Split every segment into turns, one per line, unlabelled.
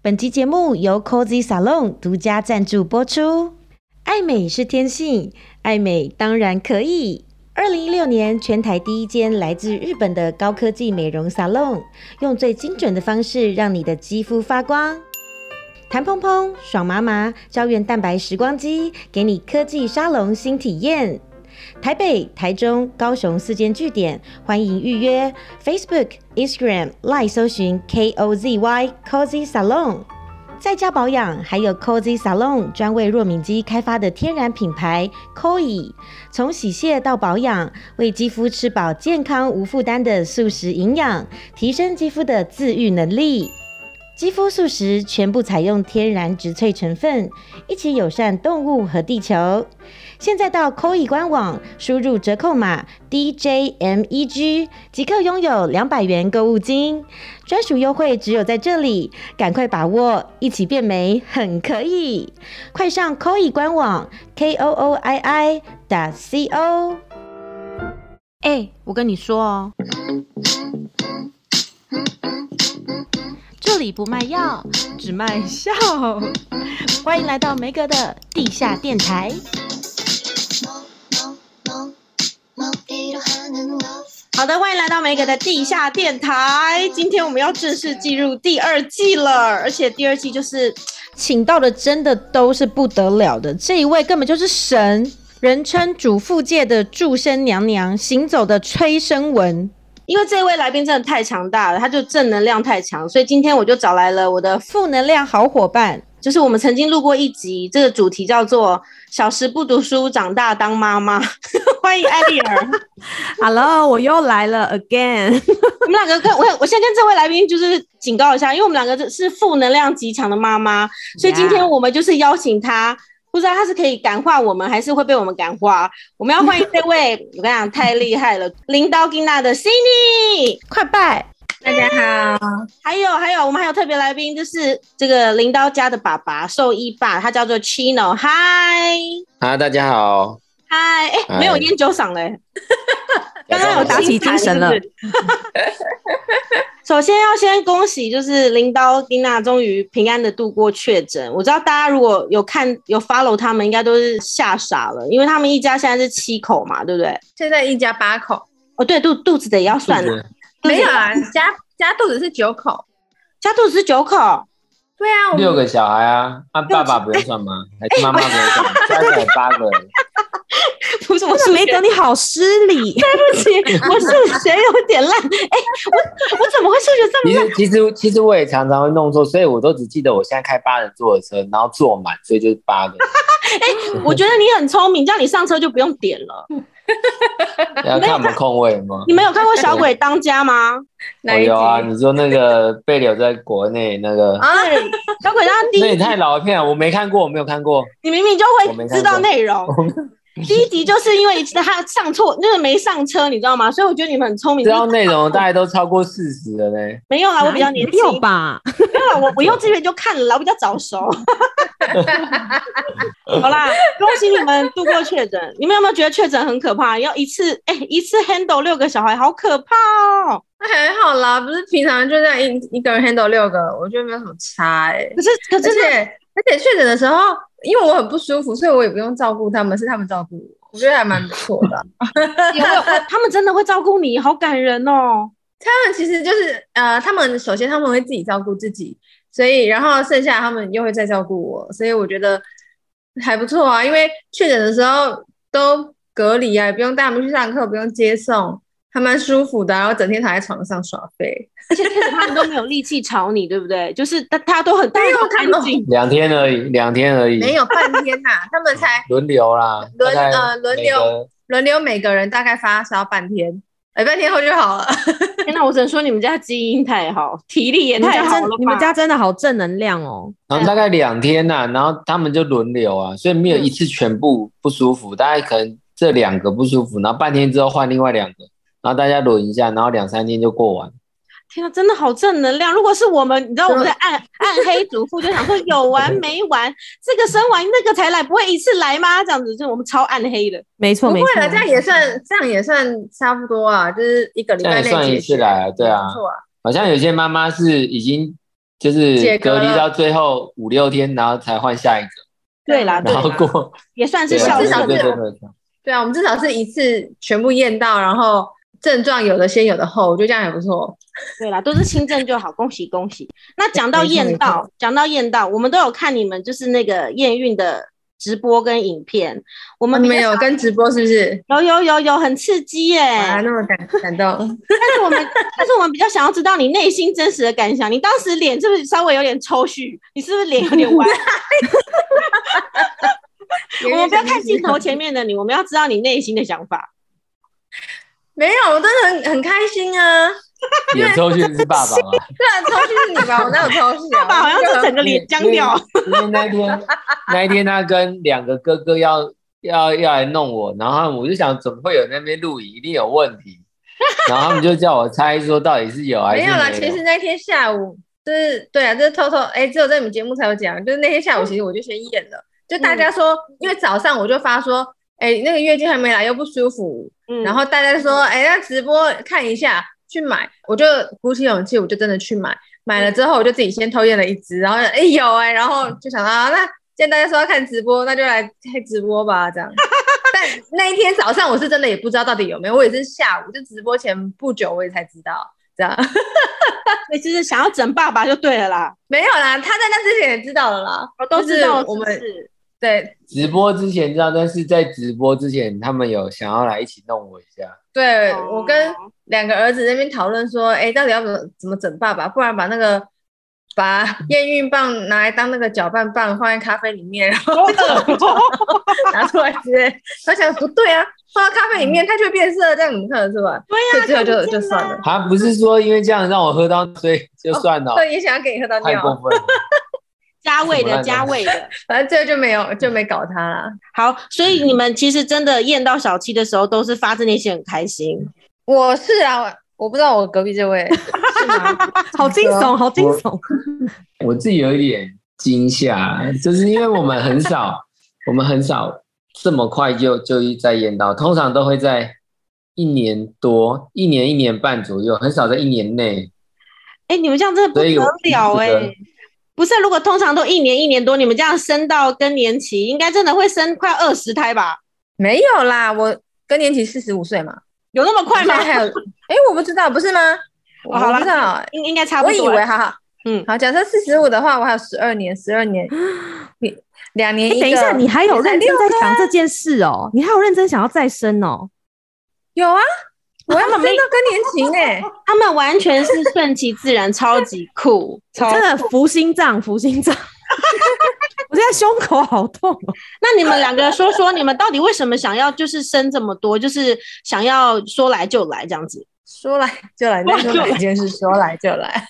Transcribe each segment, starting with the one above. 本集节目由 Cozy Salon 独家赞助播出。爱美是天性，爱美当然可以。二零一六年，全台第一间来自日本的高科技美容 salon，用最精准的方式让你的肌肤发光。弹蓬蓬、爽麻麻、胶原蛋白时光机，给你科技沙龙新体验。台北、台中、高雄四间据点，欢迎预约。Facebook、Instagram、Line 搜寻 KOZY Cozy Salon。在家保养，还有 Cozy Salon 专为弱敏肌开发的天然品牌 Coy，从洗卸到保养，为肌肤吃饱健康无负担的素食营养，提升肌肤的自愈能力。肌肤素食全部采用天然植萃成分，一起友善动物和地球。现在到 Koi 官网输入折扣码 DJMEG，即 E 刻拥有两百元购物金，专属优惠只有在这里，赶快把握，一起变美很可以！快上 Koi 官网 K O O I I 打 C O。哎、我跟你说哦，这里不卖药，只卖笑。欢迎来到梅格的地下电台。
먹기로 하는 love
好的，欢迎来到梅格的地下电台。今天我们要正式进入第二季了，而且第二季就是请到的真的都是不得了的，这一位根本就是神，人称主妇界的祝生娘娘，行走的催生文。
因为这位来宾真的太强大了，他就正能量太强，所以今天我就找来了我的，
负能量好伙伴，
就是我们曾经录过一集，这个主题叫做“小时不读书，长大当妈妈” 欢迎艾丽儿，我
Hello，我又来了 again。
们两个跟我我先跟这位来宾就是警告一下，因为我们两个是负能量极强的妈妈，所以今天
Yeah
我们就是邀请她。不知道她是可以感化我们，还是会被我们感化。我们要欢迎这位，我跟你讲，太厉害了，林刀金娜的 Cindy。
快拜！
大家好，
还有还有，我们还有特别来宾，就是这个林刀家的爸爸兽医爸，他叫做 Chino。嗨
哈，啊大家
啊
好，
嗨，哎，
嗨
没有烟酒嗓嘞，
刚
刚有
打起精神了
是不是。 首先要先恭喜，就是林刀丁娜终于平安的度过确诊。我知道大家如果有看有 follow 他们，应该都是吓傻了，因为他们一家现在是七口嘛，对不对？
现在一家八口，
哦，对，肚肚子的也要算了，肚子
没有啊，加加肚子是九口。
加肚子是九 口，
对啊，我
六
们
个小孩啊，啊，爸爸不用算吗？
哎
还是妈妈不用算？加起来八 个人，
不是我数
梅
学
德，你好失礼，
我数学有点烂。哎，我我怎么会数学这么
其
烂？
实其实其实我也常常会弄错，所以我都只记得我现在开八人座的车，然后坐满，所以就是 八个。
我觉得你很聪明，这样你上车就不用点了。
要看我们空位吗
你？们有看过《小鬼当家》吗？
我
哪一集
有啊，你说那个被留在国内那个，
啊？
《小鬼当家》第
那也
一集，
太老的片了，我没看过，我没有看过。
你明明就
我没
会
看过
知道内 容。第一集就是因为他上错，那个没上车，你知道吗？所以我觉得你们很聪明
知。
啊
道内容大概都超过四十了呢。
没有啦，我比较年
没
轻，
有吧？
没有啦，我我幼稚园就看了啦，我比较早熟。 好啦，恭喜你们度过确诊。你们有没有觉得确诊很可怕？要一次，哎、一次 handle 六个小孩，好可怕哦！
那还好啦，不是平常就这样一一个人 handle 六个，我觉得没有什么差哎、
可是，可
而
是
且而且确诊的时候，因为我很不舒服，所以我也不用照顾他们，是他们照顾我，我觉得还蛮不错的。
有没有他们真的会照顾你，好感人哦。
他们其实就是呃，他们首先他们会自己照顾自己，所以然后剩下他们又会再照顾我，所以我觉得还不错啊。因为确诊的时候都隔离啊，也不用带他们去上课，不用接送，还蛮舒服的啊、然后整天躺在床上耍废，
而且确实他们都没有力气吵你，对不对？就是大大家都很大家
没有
都很
他
安
们
静，
两天而已，两天而已，
没有半天呐、他们才
轮流啦，
轮
大概
呃轮
每个
流轮流每个人大概发烧半天，哎，半天后就好了。
天哪！我只能说你们家基因太好，体力也
你们
太
家
好
真
了吧，
你们家真的好正能量哦。
然后大概两天呐、然后他们就轮流啊，所以没有一次全部不舒服，大概可能这两个不舒服，然后半天之后换另外两个，然后大家轮一下，然后两三天就过完。
天哪，真的好正能量。如果是我们，你知道我们在 暗暗黑主妇，就想说有完没完，这个生完那个才来，不会一次来吗？这样子，就我们超暗黑的。
没错，
不
没
会
错。
了，这样也算这样也算差不多啊，就是一个礼拜内
这样也算
解
一次
决
啦对啊
没错啊。
好像有些妈妈是已经就是
解隔
隔离
了
到最后五六天，然后才换下一个，
对啦，啊对
然后
啦，
过
也算是
对
孝
至
顺
少
对对
是
啊。
对对对
对啊，我们至少是一次全部验到，然后症状有的先有的后，我觉得这样也不错。
对啦，都是轻症就好，恭喜恭喜。那讲到
没错
验
没
到，讲到验到，我们都有看你们就是那个验孕的直播跟影片，我
我
们
们
比较
没有跟直播是不是？
有有有有很刺激耶、
啊，那么感感动，
但 是我 们但是我们比较想要知道你内心真实的感想，你当时脸是不是稍微有点抽搐？你是不是脸有 点歪？我们不要看镜头前面的你，我们要知道你内心的想法。
没有，我真的很很开心啊！
也周迅是爸爸嘛，
对啊，抽搐是你吧？我哪有抽搐、啊？
爸爸好像是整个脸僵掉，
因为那一天那一天他跟两个哥哥要要要来弄我，然后我就想怎么会有那边录影，一定有问题，然后他们就叫我猜说到底是有还
没
是
有啦。其
有
实那天下午就是对啊，就是偷偷哎、只有在你们节目才有讲，就是那天下午其实我就先演了，就大
嗯
家说，因为早上我就发说，哎、那个月经还没来又不舒服，
嗯
然后大家就说，哎、那直播看一下去买，我就鼓起勇气，我就真的去买，买了之后我就自己先偷验了一支，然后哎、有哎、然后就想到、啊、那既然大家说要看直播，那就来开直播吧，这样。但那一天早上我是真的也不知道到底有没有，我也是下午就直播前不久我也才知道，这样。
所以就是想要整爸爸就对了啦。
没有啦，他在那之前也知道了啦。
我哦都知道了
就是我们
是不 是
对
直播之前知道，但是在直播之前他们有想要来一起弄我一下，
对，
哦
我跟两个儿子那边讨论说，哎、到底要怎么怎么整爸爸？不然把那个 把验孕棒拿来当那个搅拌棒，放在咖啡里面，然后拿出来之类。他想不对啊，放到咖啡里面它就会变色，这样怎么看得出来？对呀、最后就就算了。
他不是说因为这样让我喝到，所以就算了，
哦对，也想要给你喝到
太过
尿，
分了。
加味
什么
的
烂
加
东西
味 的。
反正最后就没有就没搞他啦。
好，所以你们其实真的验到小七的时候，都是发自内心很开心。
我是啊，我我不知道我隔壁这位是 吗？
好惊悚，好惊悚。
我自己有一点惊吓，就是因为我们很少，我们很少这么快就就在验到，通常都会在一年多、一年一年半左右，很少在一年内。
哎、你们这样真的不
所以我
得了哎、
觉得
不是，如果通常都一年一年多，你们这样生到更年期，应该真的会生快二十胎吧？
没有啦，我更年期四十五岁嘛。
有那么快
现
吗
在？还有，哎、我不知道，不是吗？我
好啦
我不知道，
应应该差不
我
多
以
了。
为哈哈，
嗯
好，假设四十五的话，我还有十二年，十二年，两两年
哎，
个。
等一下，你还有认真在想这件事哦？你还有认真想要再生哦？
有啊？我要生到更年期呢、
他们完全是顺其自然，超级 酷，超
真的服心脏，服心脏。 我现在胸口好痛哦。
那你们两个说说，你们到底为什么想要就是生这么多，就是想要说来就来这样子？
说来就来，那说哪件事说来就来，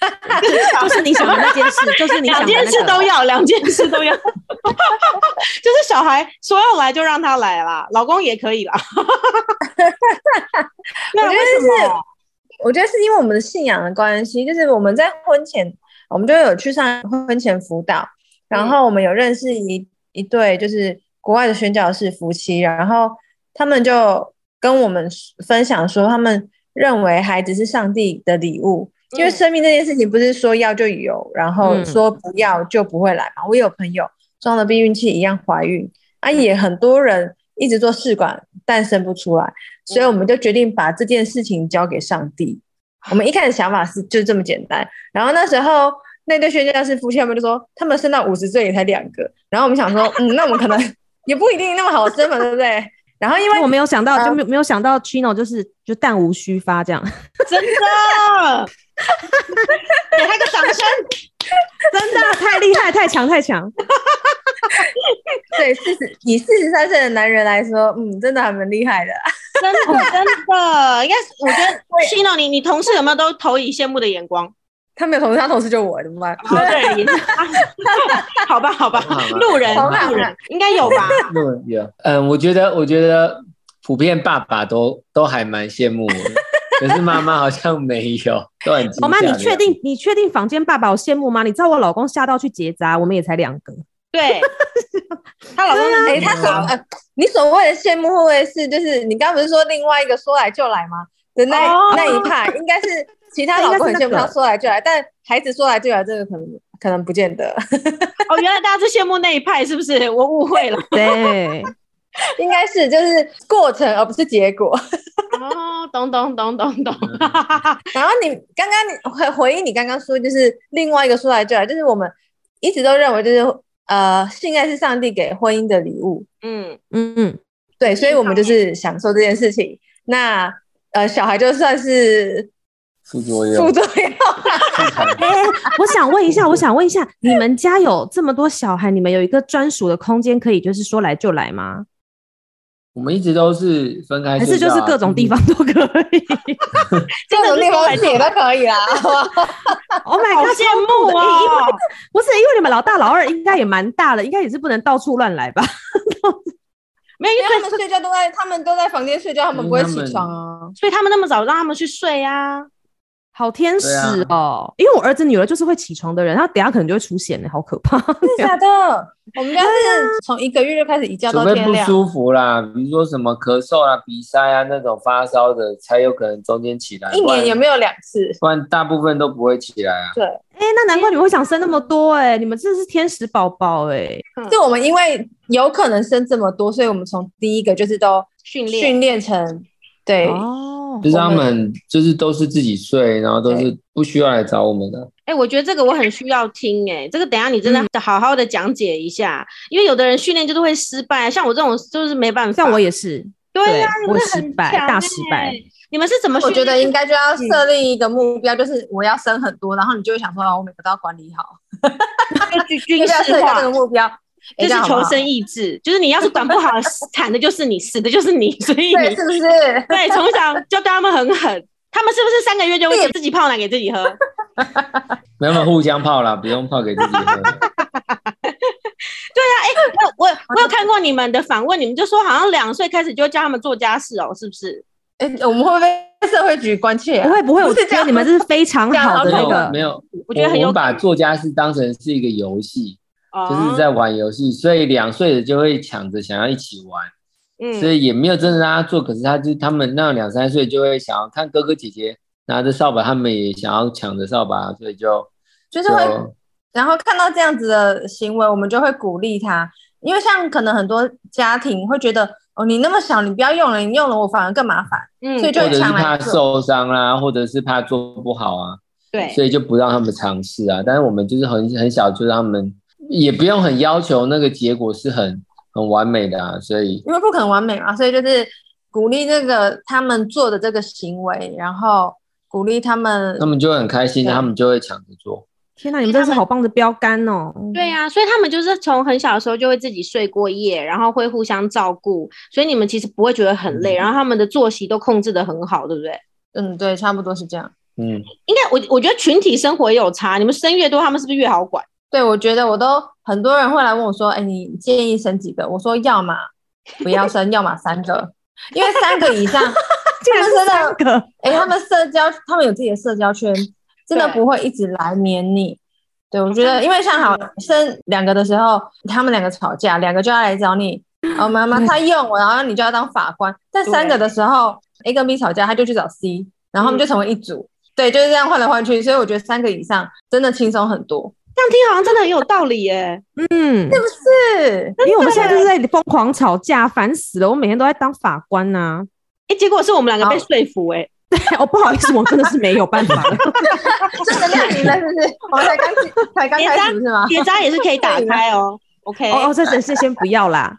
就是你想的那件事，就是你想
两
的那
件事
个。
都要，两件事都要， 就是小孩说要来就让他来啦，老公也可以 啦。那
我觉
为
得
什么？
我觉得是因为我们的信仰的关系，就是我们在婚前，我们就有去上婚前辅导，然后我们有认识一一对就是国外的宣教士夫妻，然后他们就跟我们分享说，他们认为孩子是上帝的礼物，因为
嗯
生命这件事情不是说要就有，然后
嗯
说不要就不会来嘛。我有朋友装了避孕器一样怀孕，啊，也很多人一直做试管，但生不出来，所以我们就决定把这件事情交给上帝。我们一开始想法是就这么简单，然后那时候那对宣教士夫妻他们就说，他们生到五十岁也才两个，然后我们想说，嗯，那我们可能也不一定那么好生嘛，对不对？然后因为
我没有想到，
呃
就没有没有想到，Chino 就是就弹无虚发这样，
真的， 给他个掌声。
真的太厉害，太强，太强。
对四十以四十三岁的男人来说，嗯，真的还蛮厉害的。
真的真的，应该是我觉得 Chino，你你同事有没有都投以羡慕的眼光？
他没有同事，他同事就我，怎么办？
对，也是好吧好吧
好吧，
路人
好吧
路人应该有吧？
嗯，有。嗯，我觉得，我觉得普遍爸爸都都还蛮羡慕我的，可是妈妈好像没有，都很惊
哦妈妈，
吓
你
的
确定你确定房间爸爸我羡慕吗？你知道我老公吓到去结扎，我们也才两个。
对，她老公 是
哎、
没
他所、呃、你所谓的羡慕，会不会是就是你刚刚不是说另外一个说来就来吗？的那、
哦
那一派，应该是其他老公很羡慕他说来就来，但孩子说来就来这个可能可能不见得，
哦，原来大家是羡慕那一派，是不是？我误会了。
对，
应该是就是过程而不是结果。
哦，懂懂懂懂懂。
然后你刚刚你回回应你刚刚说，就是另外一个说来就来，就是我们一直都认为就是呃，性爱是上帝给婚姻的礼物，
嗯，
嗯嗯，
对，所以我们就是享受这件事情。那呃，小孩就算是
副作
副
用。
作用，
哎、我想问一下，我想问一下，你们家有这么多小孩，你们有一个专属的空间，可以就是说来就来吗？
我们一直都是分开
还
睡觉啊，
是嗯就是各种地方都可以
各种地方写都可以啦。
？Oh my
好
god，
羡慕哦！
不是因为你们老大老二应该也蛮大的，应该也是不能到处乱来吧？
没有，因
因为
为
他们睡觉都在，他们
嗯
都在房间睡觉，他们不会起床啊。
所以他们那么早让他们去睡啊。
好天使哦、因为我儿子女儿就是会起床的人，他等一下可能就会出现，好可怕。
真的假的？我们家是从一个月就开始一觉
除
到
非
天
不
亮。
舒服啦，比如说什么咳嗽啊、鼻塞啊那种发烧的，才有可能中间起来。
一年也
有？
没有两次，
不然大部分都不会起来啊。
哎、 那难怪你们会想生那么多哎、你们真的是天使宝宝哎。
是我们因为有可能生这么多，所以我们从第一个就是都
训练
训练成对，
哦，
就是他们就是都是自己睡，然后都是不需要来找我们的。
哎、我觉得这个我很需要听哎、这个等一下你
嗯
真的好好的讲解一下，因为有的人训练就是会失败，啊像我这种就是没办法。
像我也是，
对呀、
对
你
我
们
失
很
败
强
大
欸
失败。
你们是怎么训
我觉
练的？
得应该就要设定一个目标，就是我要生很多，然后你就会想说，啊我每个都要管理好，
就军军
要不要
事
设下
化
这个。目标？哎
这是求。
这样好不好
生意志，就是你要是管不好，死惨的就是你，死的就是你，所以
对，
你
是不是？
对从小就对他们很狠。他们是不是三个月就会自己泡奶给自己 喝？
没有没有互相泡啦，不用泡给自己喝。
我我我有看过你们的访问，你们就说好像两岁开始就教他们做家事哦，是不是？
哎，我们会不会被社会局关切啊？
不会不会，我觉得你们是非常
这样
好的
没
那
有
个
没有，
我觉得很有哦
们把做家事当成是一个游戏，就是在玩游戏，所以两岁的就会抢着想要一起玩。所
嗯，
以也没有真的让他做，可是他就他们那两三岁就会想要看哥哥姐姐拿着扫把，他们也想要抢着扫把，所以就
就是会
啊
就
然后看到这样子的行为，我们就会鼓励他，因为像可能很多家庭会觉得，哦，你那么小，你不要用了，你用了我反而更麻烦，
嗯
所以就
或者
会
是
抢
怕
来做。
受伤啦、或者是怕做不好啊，
对，
所以就不让他们尝试啊。但是我们就是很很小就让他们，也不用很要求那个结果是很很完美的啊，所以
因为不可能完美嘛，所以就是鼓励这个他们做的这个行为，然后鼓励他们
他。们就会很开心，
对
他们就会抢着做。
天哪，你们真的是好棒的标杆哦！
对呀、所以他们就是从很小的时候就会自己睡过夜，然后会互相照顾，所以你们其实不会觉得很
嗯
累，然后他们的作息都控制的很好，对不对？
嗯，对，差不多是这样。
嗯，
应该我我觉得群体生活也有差，你们生越多，他们是不是越好管？
对，我觉得我都很多人会来问我说：“哎，你建议生几个？”我说：“要么不要生，要么三个，因为三个以上
竟然是
真的
三个，
哎、他们社交，他们有自己的社交圈，真的
对
不会一直来黏你。对，我觉得，因为像好生两个的时候，他们两个吵架，两个就要来找你， 哦，妈妈，他用我，然后你就要当法官。但三个的时候，A 跟 B 吵架，他就去找 C，然后他们就成为一组。对，就是这样换来换去，所以我觉得三个以上真的轻松很多。
这样听好像真的很有道理耶、
嗯，
是，
因为我们现在就是在疯狂吵架，烦死了！我每天都在当法官呐、
哎、结果是我们两个被说服哎、
哦，不好意思，我真的是没有办法了。
真的亮明了，是不是？我们才刚起才刚开始，不是吗？
结扎也是可以打开 哦。OK，
哦哦，这这这先不要啦。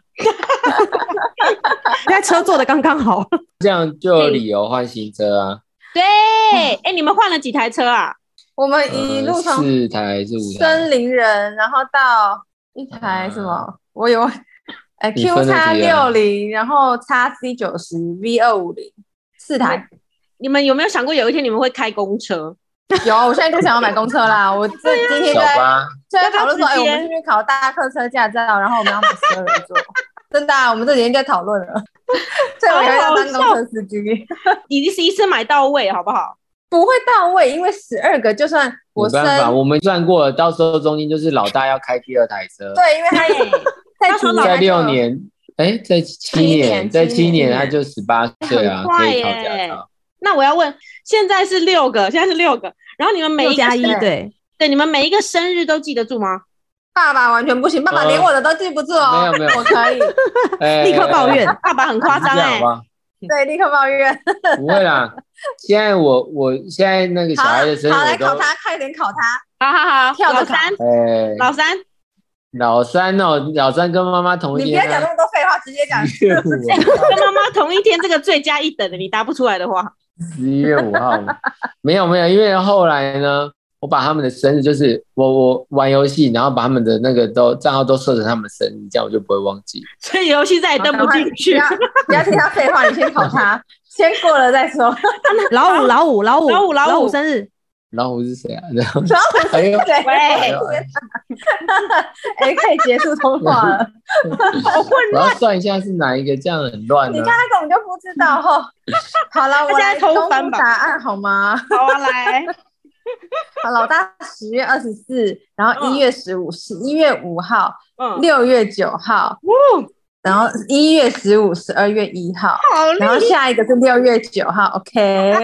现在车坐的刚刚好，
这样就有理由换新车啊，
对，
哦
哎、你们换了几台车啊？
我们一
呃
路从
四台是五台
森，林人，然后到一台什么，我有，哎
你分
Q
了几
叉
啊
六零，然后叉 C 九十 V 二五零，四台。
你们有没有想过有一天你们会开公车？
有，我现在就想要买公车啦！我这今天
小
就在
巴。
就在讨论说，
啊要不要直
哎，我
接
们去考大客车驾照，然后我们要买十二人座。真的、啊，我们这几天就在讨论了，所以我要要当公车司机，
已经是一次买到位，好不好？
不会到位，因为十二个就算我
没
生，
办法，我们算过了，到时候中间就是老大要开第二台车，
对，因为他
对，
在
他说
几
老
年
在
就
六年，哎，在七
七
年，
年
在
七
七年
年哎
他就十八岁啊，
很快
可以考驾
耶
照。
那我要问，现在是六个，现在是六个，然后你们每
六
一个
加一
生日
对，
对，你们每一个生日都记得住吗？
爸爸完全不行，爸爸连我的都记不住哦。
嗯没有没有
我可以，
哎
立刻抱怨，
爸爸很夸张
啊这样
哎
好不，好？
对，立刻抱怨。
不会啦，现在我我现在那个小
好，
孩的生日
好，来
我都
考他，快点考他。
好好好，
跳着
老
考
三，
哎
老三，
老三哦，老三跟妈妈同一
你不
天
要讲那
啊，
么多废话，直接讲。
十一月 五号，
跟妈妈同一天，这个最佳一等的，你答不出来的话，
十一月五号，没有没有，因为后来呢，我把他们的生日就是我我玩游戏，然后把他们的那个都账号都设成他们生日，这样我就不会忘记。
所以游戏再也登不进去。
好赶快不要不要听他废话，你先考他，先过了再说。
老五老五老五
老五老五
老五生日，
老虎是谁啊？然后
然后
还有
对，
还
喂，
有，
哎，可以结束通话了。
我要算一下是哪一个，这样很乱啊
你
呢
看。他根本就不知道哦。好了，我
现在
来
偷
公
翻
布
吧
答案好吗？
好啊，来，
好，老大十月二十四，然后
嗯
一月十五、十一月五号、
嗯，
六月九号，
哦
然后一月十五、十二月一号，
好厉
然后下一个是六月九号。OK，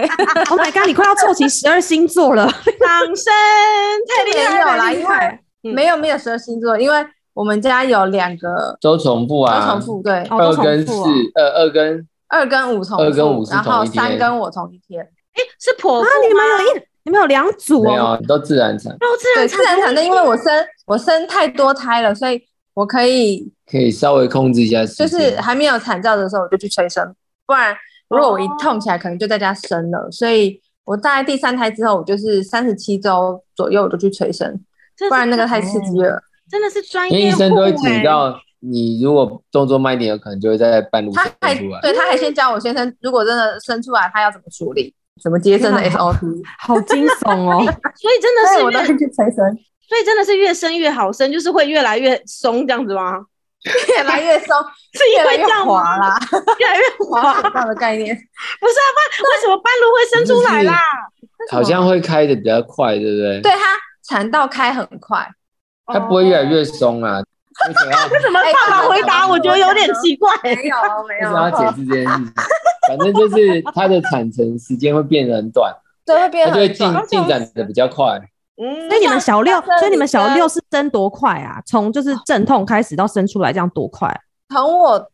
，Oh my god，你快要凑齐十二星座了，
掌声，太厉
没有
害了，
啦，
太厉
因
害了
为没有没有十二星座，因为我们家有两个
都重复
都
啊，
重复，对，
哦
二
都重
跟四
复哦，
呃，二跟
二跟五重复，
二跟五是
然
同
后
一天
三跟我同一天，
是婆
啊
婆，
你们有一你们有两组
没
哦，
有都自然产，
哦，自
对，
然
自然产
产
的，因为我生我生太多胎了，所以我可以
可以稍微控制一下时
就
间。
是还没有产兆的时候我就去催生，不然如果我一痛起来，可能就在家生了。所以我在第三胎之后，我就是三十七周左右我就去催生，
这是哦
不然那个太刺激了。
真的是专
因为
业
医
户
生都会指
哎
到你，如果动作慢一点，有可能就会在半路
他
生
还
出来。
对他还先教我先生，如果真的生出来，他要怎么处理，怎么接生的
天哪
SOP，
好惊悚哦，
所以真的
所
是
以我都
越
会，去催生，
所以真的是越生越好生，就是会越来越松这样子吗？
越来越松，
是 因
越来
为这
越
样
滑
吗？
啦，
越来越
滑
滑，
水道的概念。
不是啊？不然为什么半路会生出来啦？
好像会开的比较快，对不对？
对他产道开很快，
它不会越来越松啊。为什么要
为什么哦
哎
爸爸回答
哦
我觉得有点奇怪？
没有没
为什么要解释这件事情？反正就是它的产程时间会变得很短，
对会变
它
得
就会
很
进
短。
进展的比较快。
嗯
所以你们小六，
像像
所以你们小
你
六是生多快啊？从就是阵痛开始到生出来这样多快？啊
从我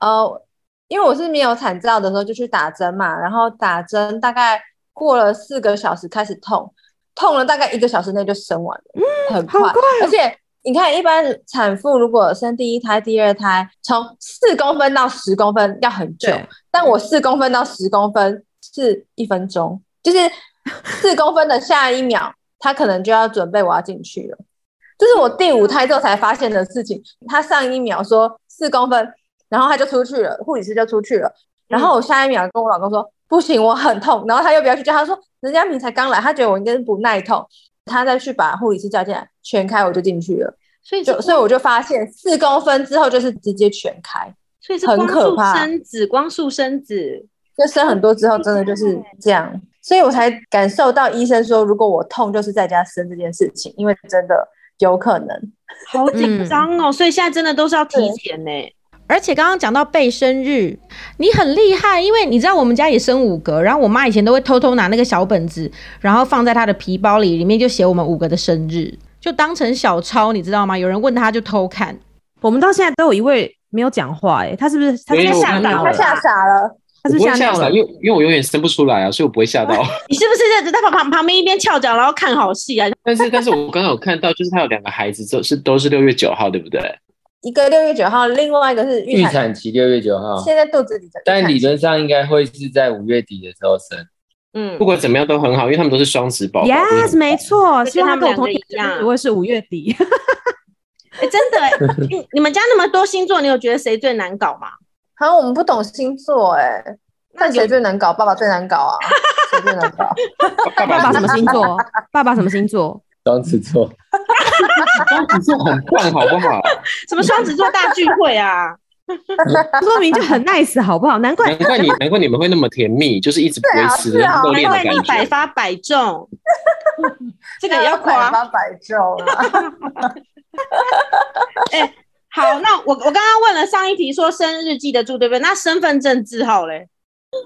呃，因为我是没有产兆的时候就去打针嘛，然后打针大概过了四个小时开始痛，痛了大概一个小时内就生完了，很快，
好快哦
而且。你看，一般产妇如果生第一胎、第二胎，从四公分到十公分要很久，
对
但我四公分到十公分是一分钟，就是四公分的下一秒，他可能就要准备我要进去了。这是我第五胎之后才发现的事情。他上一秒说四公分，然后他就出去了，护理师就出去了。然
嗯
后我下一秒跟我老公说、不行，我很痛。然后他又不要去叫，他说人家明才刚来，他觉得我应该是不耐痛，他再去把护理师叫进来，全开我就进去了。
所以
就所以我就发现四公分之后就是直接全开，
所以是
很
光
可
速
怕
生子，光速生子，
就生很多之后真的就是这样。所以我才感受到医生说，如果我痛就是在家生这件事情，因为真的有可能。
好紧张
嗯
哦！所以现在真的都是要提前呢。
而且刚刚讲到背生日，你很厉害，因为你知道我们家也生五个，然后我妈以前都会偷偷拿那个小本子，然后放在她的皮包里，里面就写我们五个的生日，就当成小抄，你知道吗？有人问她就偷看，
我们到现在都有一位没有讲话、欸，哎，他是不是他是
没
不
有
是吓
我看
到
到
啊
他
了
了？
吓傻了，
他
我
是
不
不是
会
吓
吓
到
傻，
了？
因为因为我永远生不出来啊，所以我不会吓到。
你是不是在在旁旁边一边翘脚，然后看好戏啊？
但是但是我刚刚有看到，就是他有两个孩子，都是都是六月九号，对不对？
一个六月九号，另外一个是
预
预产，
产期六月九号，
现在肚子里的预产。
但理论上应该会是在五月底的时候生。
嗯
不，管怎么样都很好，因为他们都是双子宝宝。
Yes，没错，
就
希望他
跟他
跟我
们
同
两个一样
日我也是五月底。
哎，真的哎，你你们家那么多星座，你有觉得谁最难搞吗？
好啊像我们不懂星座哎、但谁最难搞？爸爸最难搞啊，谁最难搞？
爸
爸
爸
爸什么星座？ 爸爸什么星座？
双子座，
双子座很棒，好不好？
什么双子座大聚 会啊？
说明就很 nice，好不好？难怪
难怪你难怪你们会那么甜蜜，就是一直维持
对啊
热
难
恋
怪
的
你
感
百
觉。
发百中， 这个也要
百
夸。
发百中啊！
好，那我我刚刚问了上一题，说生日记得住对不对？那身份证字号嘞？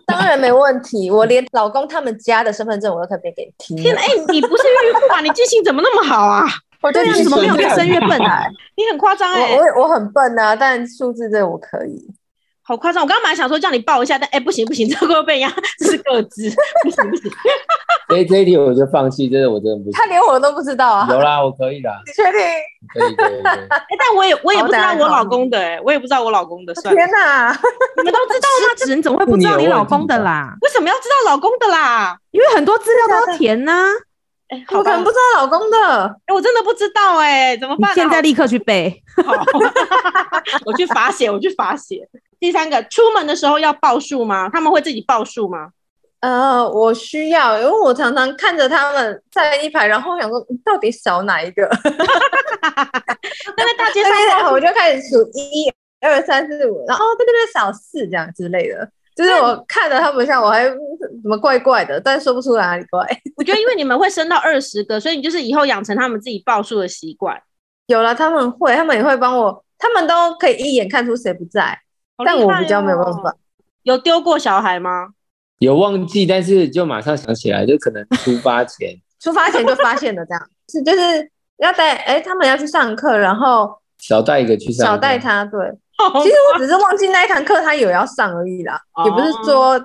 当然没问题，我连老公他们家的身份证我都可以给你
天
听
哪，。哎、你不是孕妇吧？你记性怎么那么好啊？
我对
对啊，
你
你怎么没有
这
越
样
生越笨啊？
你很夸张
我
哎，
我我很笨啊，但数字这个我可以。
好夸张！我刚刚本来想说叫你抱一下，但哎、不行不行，这个会被人家这是个资，不行不行。
这这一题我就放弃，这个我真的不
他
行。
连我都不知道啊！
有啦，我可以啦，
你确定？
可以可以。可以
哎、但我也我也
好
不知道
歹
我
好
老公的哎、我也不知道我老公的，算了，
天哪！
你们都知道吗？
失职，你怎么会不知道你老公的啦？
为什么要知道老公的啦？
因为很多资料都要填呐、
哎、好
我可
吧，
能不
哎、
知道老公的。
我真的不知道哎、怎么
你
办、啊？
现在立刻去背。
好， 我去罚写，我去罚写。第三个，出门的时候要报数吗？他们会自己报数吗？
呃，我需要，因为我常常看着他们在一排，然后我想说嗯到底少哪一个，
那在大 街上
然
报
后
数
我就开始数一二三四五，然后哦对对对，少四这样之类的。就是我看着他们像，我还嗯怎么怪怪的，但说不出来哪里怪。
我觉得因为你们会生到二十个，所以你就是以后养成他们自己报数的习惯。
有了，他们会，他们也会帮我，他们都可以一眼看出谁不在，
好
但
厉
我
害
比较没有
哦
办法。
有丢过小孩吗？
有忘记，但是就马上想起来，就可能出发前
出发前就发现了，这样 是就是要带，哎、他们要去上课，然后
少带一个去上。
少带。他，对，
其
其实我只是忘记那一堂课他有要上而已啦，
哦
也不是说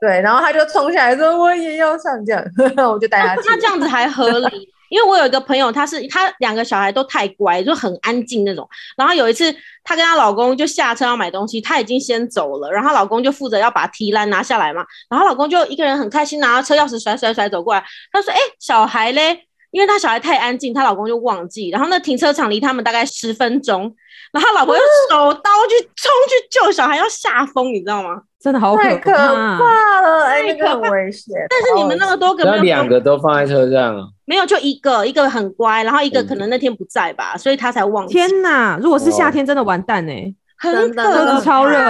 对，然后他就冲下来说我也要上这样， 我就带他去。
那这样子还合理。因为我有一个朋友，她是她两个小孩都太乖，就很安静那种。然后有一次，她跟她老公就下车要买东西，她已经先走了，然后她老公就负责要把提篮拿下来嘛。然后她老公就一个人很开心，拿着车钥匙甩甩甩走过来，她说：“哎、小孩嘞？”因为她小孩太安静，她老公就忘记。然后那停车场离他们大概十分钟，然后她老婆就手刀去冲去救小孩，要吓疯，你知道吗？
真的好
太
可
可
怕！
怕了，哎、
太
那
可
个很
怕
危险。哦
但是你们那么多个，没
哦那
有
两个都放在车上哦，
没有，就一个，一个很乖，然后一个
嗯
可能那天不在吧，所以他才忘记。
天哪，如果是夏
哇
天，真的完蛋哎、
很
真的
真
可
的超热。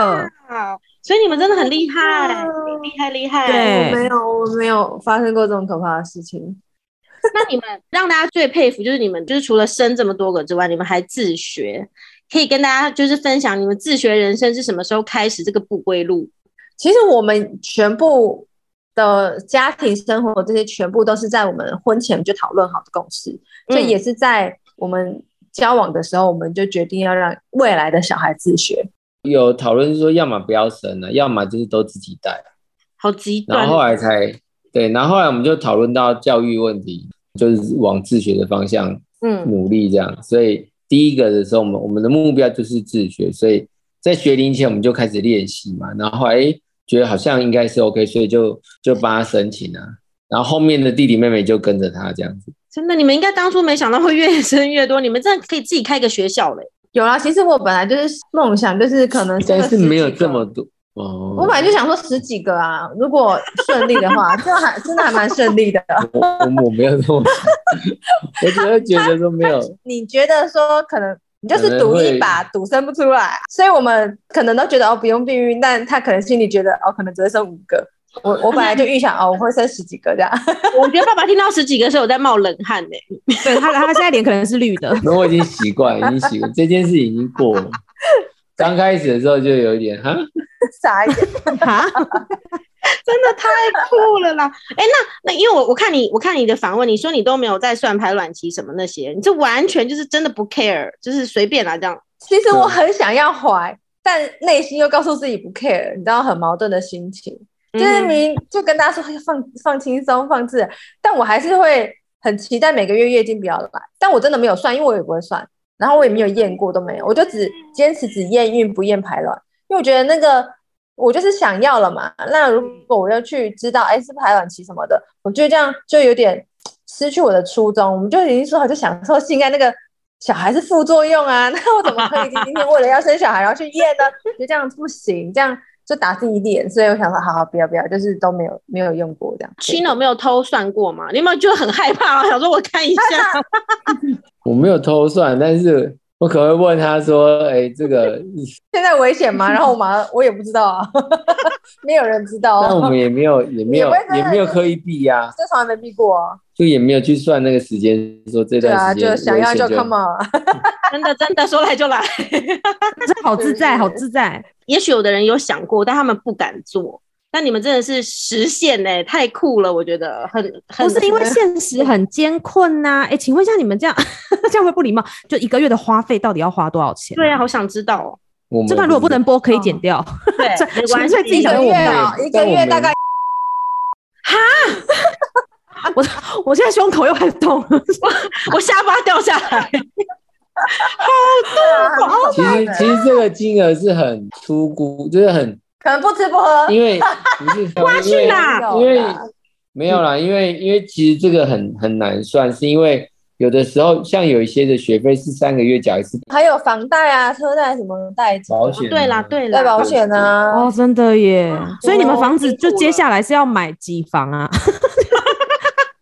怕，所以你们真的很厉害，厉害厉害。
对
我没有，我没有发生过这种可怕的事情。
那你们让大家最佩服就是你们，就是除了生这么多个之外，你们还自学，可以跟大家就是分享你们自学人生是什么时候开始这个不归路？
其实我们全部的家庭生活这些，全部都是在我们婚前就讨论好的共识，所
嗯
以也是在我们交往的时候，我们就决定要让未来的小孩自学。
有讨论说，要么不要生了，要么就是都自己带。
好极端哦
然后后来才对，然后后来我们就讨论到教育问题，就是往自学的方向
嗯
努力这样。所以第一个的时候，我们我们的目标就是自学，所以在学龄前我们就开始练习嘛。然后后来诶觉得好像应该是 OK，所以就就帮他申请啊。然后后面的弟弟妹妹就跟着他这样子。
真的，你们应该当初没想到会越生越多，你们真的可以自己开一个学校嘞。
有啊啦，其实我本来就是梦想，就是可能生
但
个
是
十
没有
几
这
个
么多哦。
我本来就想说十几个啊，如果顺利的 话，这还真的还蛮顺利的。
我我我没有这么想，我只是觉得说没有。。
你觉得说可能你就是赌一把，赌生不出来，所以我们可能都觉得哦不用避孕，但他可能心里觉得哦可能只会生五个。我我本来就预想哦我会生十几个这样，
我觉得爸爸听到十几个时候，我在冒冷汗呢、
对他，他现在脸可能是绿的
那我已经习惯，已经习惯，这件事已经过 了。刚开始的时候就有一点哈，
傻眼。
哈，
真的太酷了啦！哎、那那因为我我看你我看你的访问，你说你都没有在算排卵期什么那些，你这完全就是真的不 care，就是随便啦这样。
其实我很想要怀，但内心又告诉自己不 care，你知道很矛盾的心情。就是
嗯
明就跟大家说放放轻松放自然，但我还是会很期待每个月月经不要来，但我真的没有算，因为我也不会算，然后我也没有验过都没有，我就只坚持只验孕不验排卵，因为我觉得那个我就是想要了嘛，那如果我要去知道哎是排卵期什么的，我觉得这样就有点失去我的初衷，我们就已经说好就享受性爱那个。小孩是副作用啊， 那我怎么可以今天为了要生小孩然后去验呢？就这样不行，这样就打自己脸，所以我想说，好好不要不要，就是都没有没有用过这样。
Chino 没有偷算过吗？你有没有觉得很害怕啊？想说我看一 下，
我没有偷算，但是我可能会问他说，哎、这个，
现在危险吗？然后我马上我也不知道啊， 没有人知道
但我
哦，
们也没有，也没有
也不会，真
也
的
没有刻意避呀、
这从来没避过、啊。
就也没有去算那个时间，说这
对啊，
段时间
就想要
危险
就 come on，
真的真的说来就来。
这好自在，好自在。
也许有的人有想过，但他们不敢做。但你们真的是实现呢、太酷了，我觉得很很
不是因为现实很艰困呐、哎、请问一下，你们这样 这样会不礼貌？就一个月的花费到底要花多少钱？
对啊，好想知道 哦。
我们
这段如果不能播，可以剪掉。
对，没关系
纯粹，自己
一
想
个
跟我
月
们
啊，一个
但我
月
们
大概
我 我现在胸口又开始痛了，
我下巴掉下来。
其实其实这个金额是很粗估，就是很
可能不吃不喝，
因为不是花
去哪
有啦
因为没有啦，因为因为其实这个很很难算，是因为有的时候像有一些的学费是三个月缴一次
还有房贷啊、车贷什么贷，
保险啊，
哦对啦，对啦，
贷保险啊
哦，，真的耶！ 所以你们房子
辛苦
就
了
接下来是要买几房啊？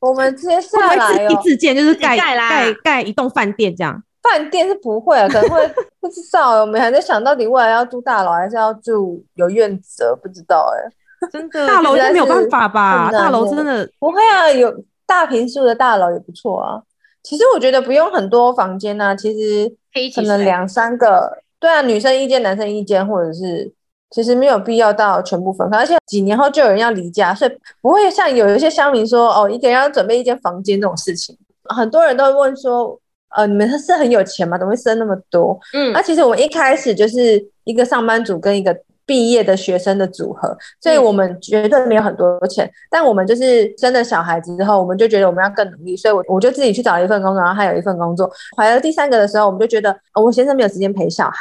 我们接下
会不
来
会自
哦
己，自建就是
自己
盖
盖啦
盖盖一栋饭店这样？
饭店是不会啊，可能会 不知道，我们还在想到底未来要住大楼还是要住有院子，不知道哎。
真的
大楼
实
应
在
该
是
没有办法吧？
很难
大楼
耶
真的
不会啊，有大平数的大楼也不错啊。其实我觉得不用很多房间啊，其实
可以一起
可能
睡
两三个，对啊，女生一间，男生一间，或者是其实没有必要到全部分开，而且几年后就有人要离家，所以不会像有一些乡民说哦，一个人要准备一间房间这种事情。很多人都会问说，呃，你们是很有钱吗？怎么会生那么多？
嗯
那、，其实我们一开始就是一个上班族跟一个毕业的学生的组合，所以我们绝对没有很多钱，但我们就是生了小孩之后，我们就觉得我们要更努力，所以我我就自己去找了一份工作，然后还有一份工作，怀了第三个的时候，我们就觉得、哦、我先生没有时间陪小孩，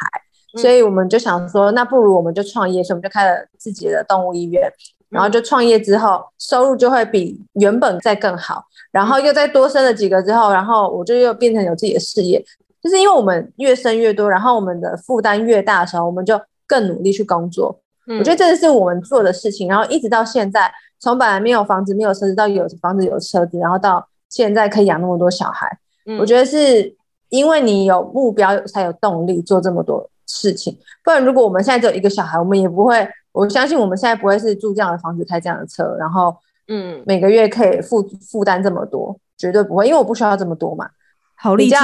所以我们就想说，那不如我们就创业，所以我们就开了自己的动物医院，然后就创业之后，收入就会比原本再更好，然后又再多生了几个之后，然后我就又变成有自己的事业，就是因为我们越生越多，然后我们的负担越大的时候，我们就更努力去工作。我觉得这是我们做的事情，然后一直到现在，从本来没有房子、没有车子，到有房子、有车子，然后到现在可以养那么多小孩，
嗯
我觉得是因为你有目标才有动力做这么多事情。不然，如果我们现在只有一个小孩，我们也不会，我相信我们现在不会是住这样的房子、开这样的车，然后
嗯，
每个月可以负负担这么多，绝对不会，因为我不需要这么多嘛。
好
比
励志
较，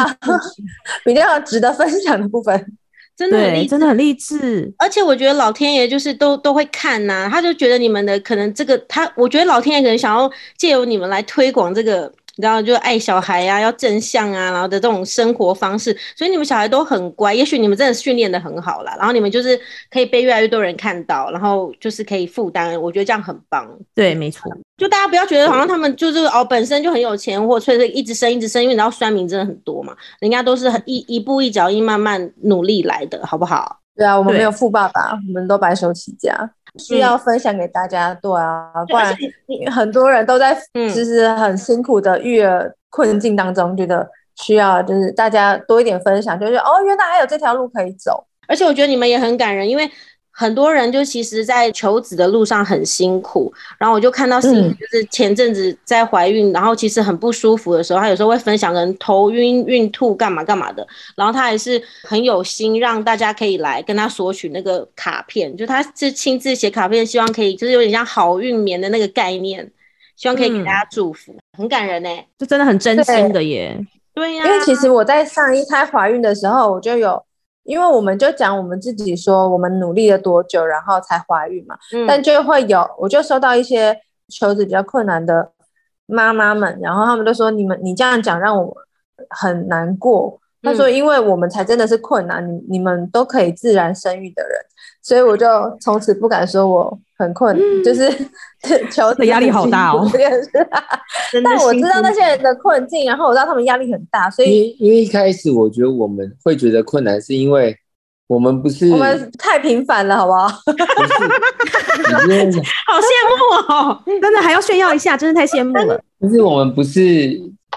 比较值得分享的部分，
真的很
对，
励志
真的很励志。
而且我觉得老天爷就是都都会看呐、他就觉得你们的可能这个他，我觉得老天爷可能想要借由你们来推广这个，你知道，就爱小孩啊，要正向啊，然后的这种生活方式，所以你们小孩都很乖，也许你们真的训练的很好啦，然后你们就是可以被越来越多人看到，然后就是可以负担，我觉得这样很棒。
对，没错，
就大家不要觉得好像他们就是哦本身就很有钱，或者是一直生一直生，因为你知道酸民真的很多嘛，人家都是很一一步一脚印慢慢努力来的，好不好？
对啊，我们
对
没有富爸爸，我们都白手起家，需要分享给大家，对啊，不然因为很多人都在
嗯
就是很辛苦的育儿困境当中，觉得需要就是大家多一点分享，就是哦，原来还有这条路可以走，
而且我觉得你们也很感人，因为很多人就其实，在求子的路上很辛苦。然后我就看到 C
嗯
就是前阵子在怀孕，然后其实很不舒服的时候，她有时候会分享跟头晕、孕吐干嘛干嘛的。然后她还是很有心，让大家可以来跟她索取那个卡片，就她是亲自写卡片，希望可以就是有点像好运棉的那个概念，希望可以给
嗯
大家祝福，很感人呢、欸
就真的很真心的耶。
对啊呀、
因为其实我在上一胎怀孕的时候，我就有。因为我们就讲我们自己说我们努力了多久，然后才怀孕嘛，
嗯
但就会有，我就收到一些求职比较困难的妈妈们，然后他们就说：“你们你这样讲让我很难过。”他说：“因为我们才真的是困难，你你们都可以自然生育的人，所以我就从此不敢说我很困，就是 求
这个压力好大哦
这件事
真的
但我
辛
知道
苦
那些人的困境，然后我知道他们压力很大，所
因
以
为因为一开始我觉得我们会觉得困难，是因为我们不是
我们太频繁了，好不好？
不是，你这样讲
好羡慕哦，
真的还要炫耀一下，真的太羡慕了。
就是我们不是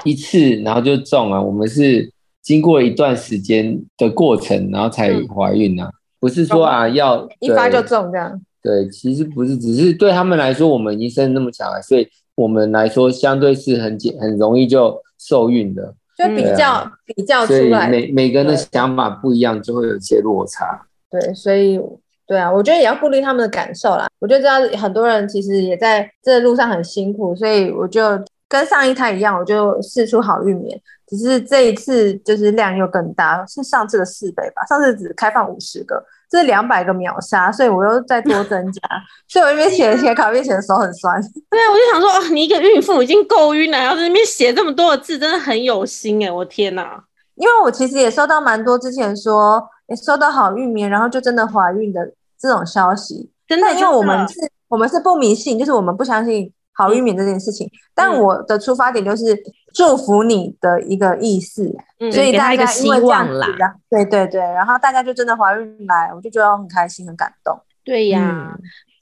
一次然后就中啊，我们是经过一段时间的过程，然后才怀孕啊，不是说啊要
一发就
对
中这样。
对，其实不是，只是对他们来说，我们已经生那么小孩，所以我们来说相对是很简很容易就受孕的，
就比
嗯
较、比较出
所以
来，
每每个人的
对
想法不一样，就会有一些落差。
对，所以对啊，我觉得也要顾虑他们的感受啦。我就知道很多人其实也在这路上很辛苦，所以我就跟上一胎一样，我就试出好运棉，只是这一次就是量又更大，是上次的四倍吧，上次只开放五十个，这两百个秒杀，所以我又再多增加，所以我一边写写卡片写的手很酸。
对啊，我就想说，哦，你一个孕妇已经够晕了，还要在那边写这么多的字，真的很有心哎、我天哪、
因为我其实也收到蛮多之前说也收到好运棉，然后就真的怀孕的这种消息。
真的
但因为我们
真
是，我们是不迷信，就是我们不相信好运棉这件事情。但
嗯
我的出发点就是祝福你的一个意思，
的
所以
给他
大
一个
家
希
因为这样
望
子
啦。
然后对对对，然后大家就真的怀孕来，我就觉得很开心，很感动。
对呀。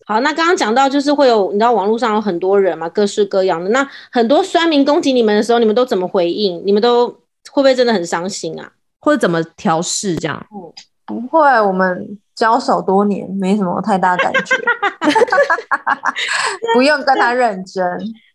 好，那刚刚讲到就是会有，你知道网络上有很多人嘛，各式各样的。那很多酸民攻击你们的时候，你们都怎么回应？你们都会不会真的很伤心啊？
或者怎么调试这样？
不会，我们交手多年，没什么太大感觉， 不用跟他认真。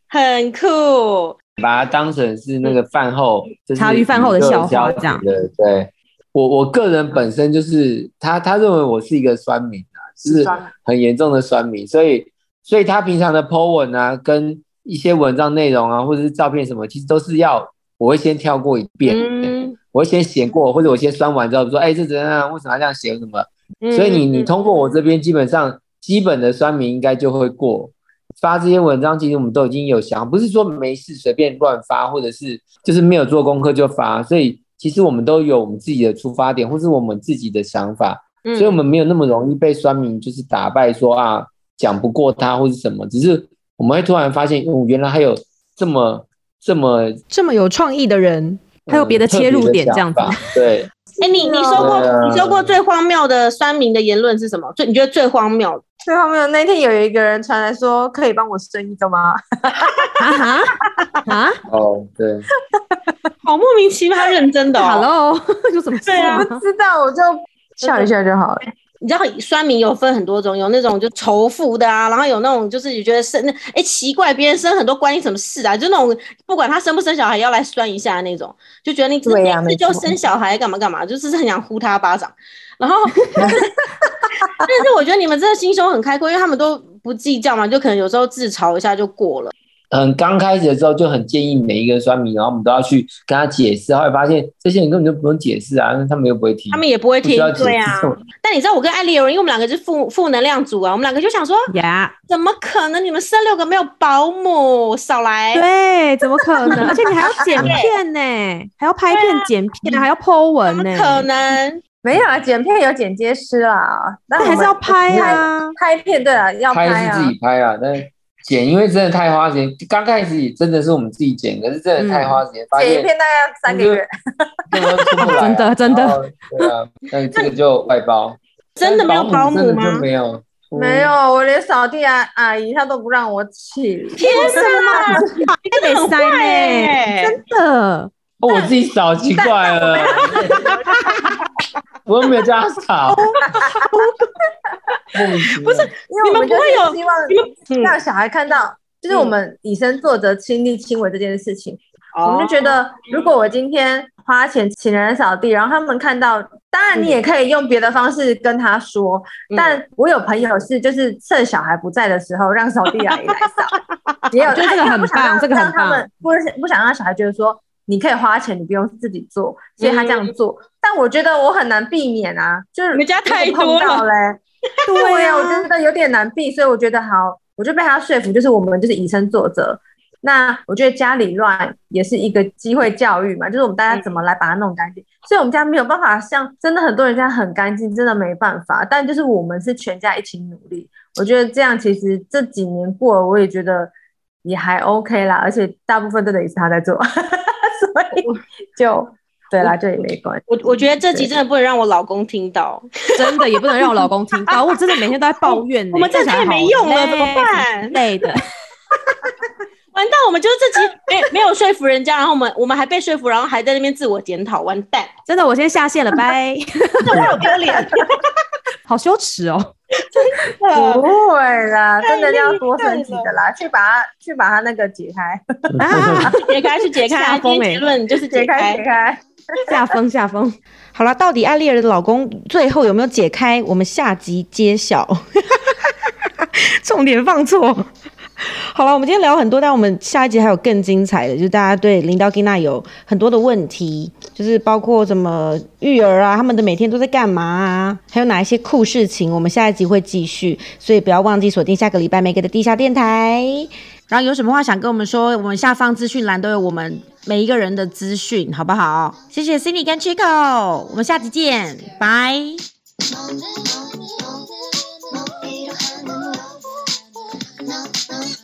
很酷，
把它当成是那个饭后，就是
嗯茶余饭后的
娱乐
笑话
消遣
这样
的。对，我我个人本身就是他，他认为我是一个酸民啊，就是
酸民
很严重的酸民，所以所以他平常的 po 文啊，跟一些文章内容啊，或者是照片什么，其实都是要我会先跳过一遍，
嗯，
我会先写过，或者我先酸完之后说，哎、这怎样？为什么要这样写？什么？
嗯
所以你你
嗯
通过我这边，基本上基本的酸民应该就会过。发这些文章，其实我们都已经有想，不是说没事随便乱发，或者是就是没有做功课就发。所以其实我们都有我们自己的出发点，或是我们自己的想法，
嗯
所以我们没有那么容易被酸民就是打败说啊讲不过他或是什么。只是我们会突然发现，哦，原来还有这么这么嗯
这么有创意的人，
还有别的切入点这样子。
呃特别的想法对，
哎、你你收过、
对啊
你收过最荒谬的酸民的言论是什么？最你觉得最荒谬？
最后面那天有一个人传来说，可以帮我生一个吗？
啊哈啊
哦对。
好莫名其妙，他认真的、哦。
，Hello，有 什么事
对啊
吗？
知道我就笑一下就好了。
你知道酸民有分很多种，有那种就仇富的啊，然后有那种就是你觉得生那哎、奇怪，别人生很多关你什么事啊？就那种不管他生不生小孩要来酸一下的那种，就觉得你这
对呀
每次
没
就
错
生小孩干嘛干嘛，就是很想呼他巴掌。然后， 但是但是我觉得你们真的心胸很开阔，因为他们都不计较嘛，就可能有时候自嘲一下就过了。
嗯，刚开始的时候就很建议每一个酸民，然后我们都要去跟他解释，后来发现这些人根本就不用解释啊，因为他们又不会听，
他们也不会
不需
听
要，解
对
释
啊
这。种。
但你知道我跟艾丽有人，因为我们两个是负负能量组啊，我们两个就想说，
呀，
怎么可能你们生六个没有保姆？少来。
对，怎么可能？而且你还要剪片呢、还要拍片、剪片，还要 Po
啊怎
文
么
呢、
可能？
没有啊，剪片有剪接师啦，但
那还是要拍
啊，
啊。
拍片对啊，要
拍
啊
是自。己拍啊，但剪因为真的太花时间，刚开始也真的是我们自己剪，可是真的太花时
嗯
间，发
剪一
现
片大概要三个月，
根本出不来啊、
真的真的
哦
然后对啊，但这个就外包，
真的没有保姆
真的就
吗？
没有，嗯
没有，我连扫地啊阿姨她都不让我起。
天哪，
这个
啊
得塞呢，
对，
真的。
哦，我自己扫奇 怪了，我又没有叫他扫，不是
因为我
你们不嗯
就
会有
是希望让小孩看到，就是我们以身作则、亲力亲为这件事情。
哦
我们就觉得，如果我今天花钱请人扫地，然后他们看到，当然你
嗯
也可以用别的方式跟他说，
嗯
但我有朋友是就是趁小孩不在的时候让扫地阿姨来扫， 也有哎
我觉得这个很棒
他
这个很
让他们
棒
不不想让小孩觉得说。你可以花钱，你不用自己做，所以他这样做。但我觉得我很难避免啊，就是
你们家
如果
太
碰
多
到
了
嘞，
啊
对
啊
呀、我真的有点难避，所以我觉得好，我就被他说服，就是我们就是以身作则。那我觉得家里乱也是一个机会教育嘛，就是我们大家怎么来把它弄干净。所以我们家没有办法像真的很多人家很干净，真的没办法。但就是我们是全家一起努力，我觉得这样其实这几年过了，我也觉得也还 OK 啦，而且大部分真的也是他在做， 所以就对啦，就也没关系。
我我觉得这集
对
真的不能让我老公听到，
真的也不能让我老公听 到，我真的每天都在抱怨、呢。
我们这太没用了，怎么办？
累的，
完蛋，我们就是这 集没没有说服人家，然后我们我们还被说服，然后还在那边自我检讨，完蛋，
真的，我先下线了，拜。
好丢脸，
好羞耻 哦，
啊
不会啦，真的要多
太
生
厉
几
害了
个啦，去把它去把它那个解开，
啊，
解开去解开，
吓
今
疯
天
欸
结论就是
解
解
开
开
解。开。
下风下风，
好了，到底艾丽儿的老公最后有没有解开？我们下集揭晓。重点放错。
好了，我们今天聊很多，但我们下一集还有更精彩的，就是大家对林道吉娜有很多的问题，就是包括怎么育儿啊，他们的每天都在干嘛啊，还有哪一些酷事情，我们下一集会继续，所以不要忘记锁定下个礼拜 Meg 的地下电台。然后有什么话想跟我们说，我们下方资讯栏都有我们每一个人的资讯，好不好？谢谢 Cindy 跟 Chico，我们下集见，拜。
너는 먹기로 하는 love. No, no.